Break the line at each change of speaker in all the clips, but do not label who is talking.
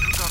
Tout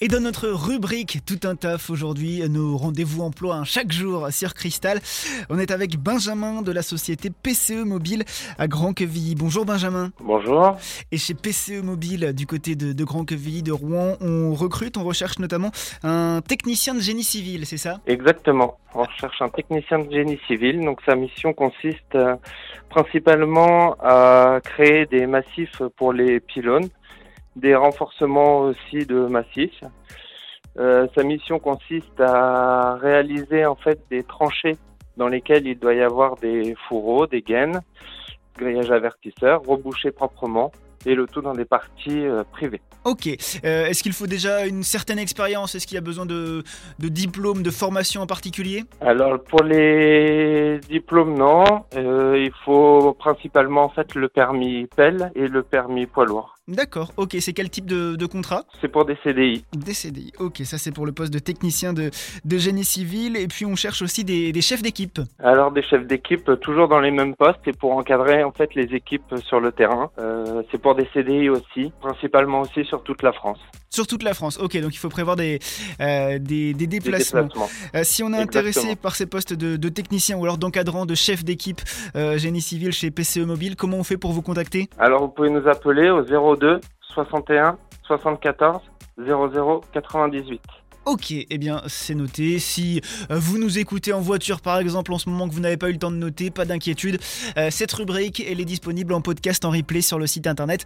Et dans notre rubrique Tout un taf aujourd'hui, nos rendez-vous emploi hein, chaque jour sur Cristal, on est avec Benjamin de la société PCE Mobile à Grand-Quevilly. Bonjour Benjamin.
Bonjour.
Et chez PCE Mobile du côté de, de Grand-Quevilly, de Rouen, on recrute, on recherche notamment un technicien de génie civil, c'est ça
Exactement. On recherche un technicien de génie civil. Donc sa mission consiste euh, principalement à créer des massifs pour les pylônes, des renforcements aussi de massifs. Euh, sa mission consiste à réaliser en fait des tranchées dans lesquelles il doit y avoir des fourreaux, des gaines, grillage avertisseur, rebouchés proprement et le tout dans des parties euh, privées.
Ok. Euh, Est-ce qu'il faut déjà une certaine expérience Est-ce qu'il y a besoin de, de diplôme, de formation en particulier
Alors pour les diplômes, non. Euh, il faut principalement en fait le permis pelle et le permis poids lourd.
D'accord, ok, c'est quel type de, de contrat
C'est pour des CDI.
Des CDI, ok, ça c'est pour le poste de technicien de, de génie civil, et puis on cherche aussi des, des chefs d'équipe.
Alors des chefs d'équipe euh, toujours dans les mêmes postes et pour encadrer en fait les équipes sur le terrain. Euh, c'est pour des CDI aussi, principalement aussi sur toute la France.
Sur toute la France, ok, donc il faut prévoir des, euh, des, des
Des
déplacements.
déplacements.
Euh, si on est intéressé
Exactement.
par ces postes de, de technicien ou alors d'encadrant, de chef d'équipe euh, génie civil chez PCE Mobile, comment on fait pour vous contacter
Alors vous pouvez nous appeler au 02 61 74 00 98.
Ok, eh bien c'est noté. Si euh, vous nous écoutez en voiture par exemple en ce moment que vous n'avez pas eu le temps de noter, pas d'inquiétude. Euh, cette rubrique, elle est disponible en podcast, en replay sur le site internet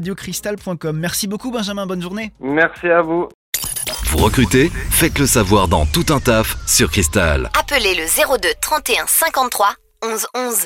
maradiocristal.com. Merci beaucoup Benjamin, bonne journée.
Merci à vous.
Vous recrutez Faites le savoir dans Tout un taf sur Cristal.
Appelez le 02 31 53 11 11.